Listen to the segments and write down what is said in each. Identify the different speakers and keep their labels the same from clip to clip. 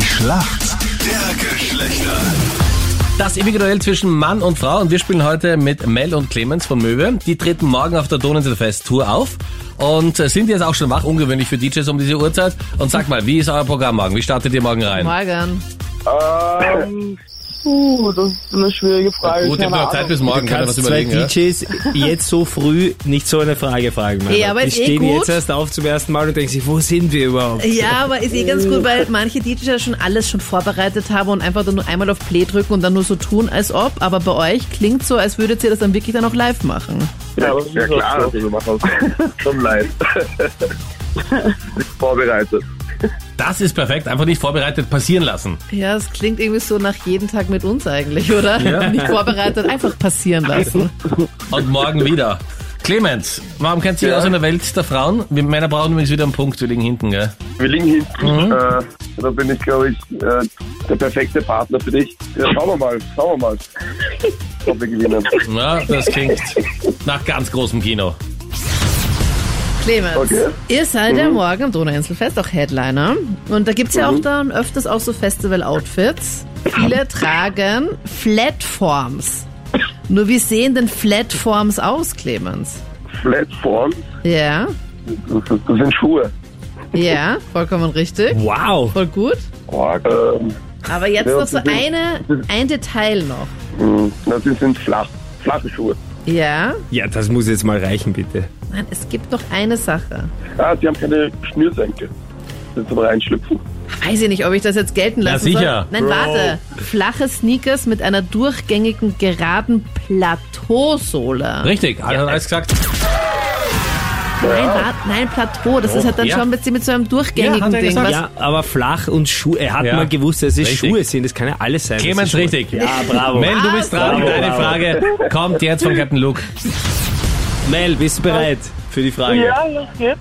Speaker 1: Schlacht der Geschlechter.
Speaker 2: Das ewige Duell zwischen Mann und Frau und wir spielen heute mit Mel und Clemens von Möwe. Die treten morgen auf der Donauinselfest Tour auf und äh, sind jetzt auch schon wach, ungewöhnlich für DJs um diese Uhrzeit. Und sag mal, wie ist euer Programm morgen? Wie startet ihr morgen rein?
Speaker 3: Morgen.
Speaker 4: Ähm, puh, das ist eine schwierige Frage.
Speaker 2: Gut, ihr habt
Speaker 4: Keine
Speaker 2: noch Zeit
Speaker 4: Ahnung.
Speaker 2: bis morgen, könnt ihr was
Speaker 5: kannst zwei
Speaker 2: überlegen. Ja?
Speaker 5: DJs jetzt so früh nicht so eine Frage fragen. mein
Speaker 3: Ja,
Speaker 5: Gott.
Speaker 3: aber
Speaker 5: Die
Speaker 3: ist eh
Speaker 5: stehen
Speaker 3: gut.
Speaker 5: jetzt erst auf zum ersten Mal und denken sich, wo sind wir überhaupt?
Speaker 3: Ja, aber ist eh ganz gut, weil manche DJs schon alles schon vorbereitet haben und einfach dann nur einmal auf Play drücken und dann nur so tun, als ob. Aber bei euch klingt so, als würdet ihr das dann wirklich dann auch live machen.
Speaker 4: Ja, das ist
Speaker 6: Ja
Speaker 4: auch
Speaker 6: klar,
Speaker 4: so.
Speaker 6: also wir machen uns schon leid. Nicht vorbereitet.
Speaker 2: Das ist perfekt, einfach nicht vorbereitet passieren lassen.
Speaker 3: Ja, das klingt irgendwie so nach jeden Tag mit uns eigentlich, oder?
Speaker 2: Ja.
Speaker 3: Nicht vorbereitet, einfach passieren lassen.
Speaker 2: Und morgen wieder. Clemens, warum kennst du dich aus in der Welt der Frauen? Wir Männer brauchen übrigens wieder einen Punkt, wir liegen hinten, gell?
Speaker 6: Wir liegen hinten. Äh, da bin ich, glaube ich, äh, der perfekte Partner für dich. Ja, schauen wir mal, schauen wir mal, ob wir gewinnen.
Speaker 2: Ja, das klingt nach ganz großem Kino.
Speaker 3: Clemens,
Speaker 6: Okay.
Speaker 3: ihr seid ja morgen am Donauinselfest auch Headliner. Und da gibt's ja auch dann öfters auch so Festival-Outfits. Viele tragen Flatforms. Nur wie sehen denn Flatforms aus, Clemens?
Speaker 6: Flatform,
Speaker 3: Ja,
Speaker 6: das, ist- das sind Schuhe.
Speaker 3: ja, vollkommen richtig.
Speaker 5: Wow.
Speaker 3: Voll gut.
Speaker 6: Ähm,
Speaker 3: Aber jetzt
Speaker 6: Ja,
Speaker 3: noch so
Speaker 6: das ist-
Speaker 3: eine, ein Detail noch.
Speaker 6: mh, hm, na, das sind flach, flache Schuhe.
Speaker 3: Ja,
Speaker 5: Ja, das muss jetzt mal reichen, bitte.
Speaker 3: nein, es gibt noch eine Sache.
Speaker 6: Ah, die haben keine Schnürsenkel. Das ist aber reinschlüpfen.
Speaker 3: Weiß ich nicht, ob ich das jetzt gelten
Speaker 2: Na,
Speaker 3: lassen
Speaker 2: sicher.
Speaker 3: soll. Nein, warte. Flache Sneakers mit einer durchgängigen, geraden Plateausohle.
Speaker 2: Richtig, alle haben alles gesagt.
Speaker 3: Nein, warte, nein, Plateau. Das ist halt dann
Speaker 2: ja.
Speaker 3: schon ein bisschen mit so einem
Speaker 2: Ja,
Speaker 3: durchgängigen
Speaker 2: hat er
Speaker 3: Ding.
Speaker 2: gesagt.
Speaker 3: Was,
Speaker 5: Ja, aber flach und Schuhe. Er hat
Speaker 2: Ja.
Speaker 5: mal gewusst, dass es
Speaker 2: Richtig.
Speaker 5: Schuhe sind. Das kann ja alles sein. dass es
Speaker 2: Clemens,
Speaker 5: Schuhe-
Speaker 2: richtig.
Speaker 5: Ja, bravo.
Speaker 2: Mel, du bist dran.
Speaker 5: Bravo,
Speaker 2: Deine
Speaker 5: bravo.
Speaker 2: Frage kommt jetzt von Captain Luke.
Speaker 5: Mel, bist du bereit für die Frage?
Speaker 4: Ja, das geht.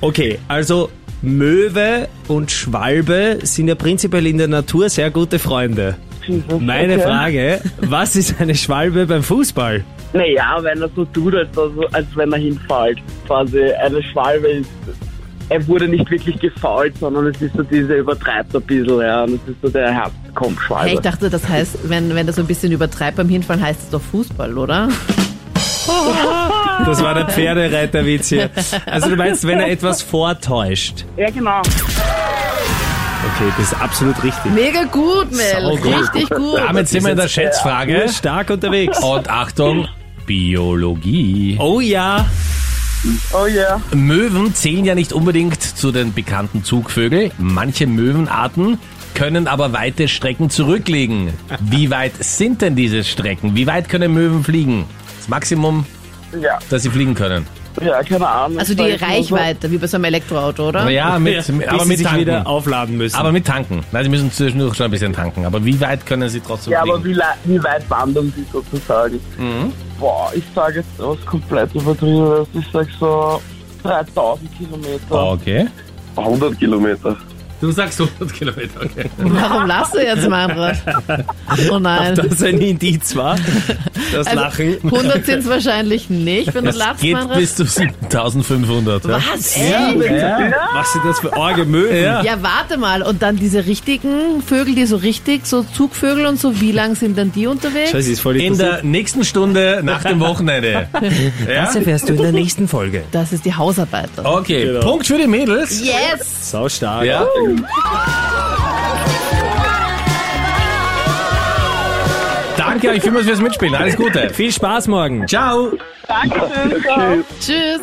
Speaker 5: Okay, also Möwe und Schwalbe sind ja prinzipiell in der Natur sehr gute Freunde.
Speaker 4: Jesus,
Speaker 5: Meine
Speaker 4: okay.
Speaker 5: Frage, was ist eine Schwalbe beim Fußball?
Speaker 4: Naja, wenn er so tut, als, also, als wenn er hinfällt. Quasi eine Schwalbe ist. Er wurde nicht wirklich gefault, sondern es ist so diese übertreibt ein bisschen, ja. Und es ist so der Herz, komm, Schwalbe.
Speaker 2: also-
Speaker 3: Hey, ich dachte, das heißt, wenn, wenn das so ein bisschen übertreibt beim Hinfallen, heißt es doch Fußball, oder?
Speaker 5: Das war der Pferdereiterwitz hier. Also du meinst, wenn er etwas vortäuscht.
Speaker 4: ja, genau.
Speaker 5: Okay, das ist absolut richtig.
Speaker 3: Mega gut, Mel.
Speaker 2: Sau gut.
Speaker 3: Richtig gut.
Speaker 2: Damit sind wir in der Schätzfrage.
Speaker 5: Stark unterwegs.
Speaker 2: Und Achtung, Biologie.
Speaker 5: Oh ja,
Speaker 4: Oh yeah.
Speaker 2: Möwen zählen ja nicht unbedingt zu den bekannten Zugvögeln. Manche Möwenarten können aber weite Strecken zurücklegen. Wie weit sind denn diese Strecken? Wie weit können Möwen fliegen? Das Maximum,
Speaker 4: Ja.
Speaker 2: dass sie fliegen können.
Speaker 4: Ja, keine Ahnung.
Speaker 3: Also die Reichweite, wie bei so einem Elektroauto, oder?
Speaker 2: Ja, Ah, mit,
Speaker 5: bis
Speaker 2: aber
Speaker 5: sie
Speaker 2: mit
Speaker 5: sich wieder
Speaker 2: Tanken.
Speaker 5: aufladen müssen.
Speaker 2: Aber mit Tanken. Nein, sie müssen zwischendurch schon ein bisschen tanken. Aber wie weit können sie trotzdem
Speaker 4: Ja, aber
Speaker 2: fliegen?
Speaker 4: wie, le- wie weit wandern sie sozusagen?
Speaker 5: Mhm.
Speaker 4: Boah, ich sage jetzt was komplett übertriebenes. Ich sage so 3000 Kilometer.
Speaker 2: Okay.
Speaker 6: 100 Kilometer.
Speaker 2: Du sagst 100 Kilometer, okay.
Speaker 3: Warum lachst du jetzt, Manfred? Oh nein.
Speaker 5: das ein Indiz war, das Lachen.
Speaker 3: 100 sind es wahrscheinlich nicht, wenn du
Speaker 2: Das
Speaker 3: lachst,
Speaker 2: geht
Speaker 3: Manfred.
Speaker 2: bis zu 7500. Ja?
Speaker 3: Was? Echt?
Speaker 5: Was sind das für arge Möwen?
Speaker 3: Ja, warte mal. Und dann diese richtigen Vögel, die so richtig, so Zugvögel und so, wie lang sind dann die unterwegs?
Speaker 5: Scheiße, ist voll
Speaker 2: In der nächsten Stunde nach dem Wochenende. Ja?
Speaker 5: Das erfährst du in der nächsten Folge.
Speaker 3: Das ist die Hausarbeit.
Speaker 2: Okay,
Speaker 5: Genau.
Speaker 2: Punkt für die Mädels.
Speaker 3: Yes!
Speaker 5: Sau stark.
Speaker 2: Ja. Danke euch vielmals fürs Mitspielen. Alles Gute.
Speaker 5: Viel Spaß morgen.
Speaker 2: Ciao.
Speaker 3: Tschüss!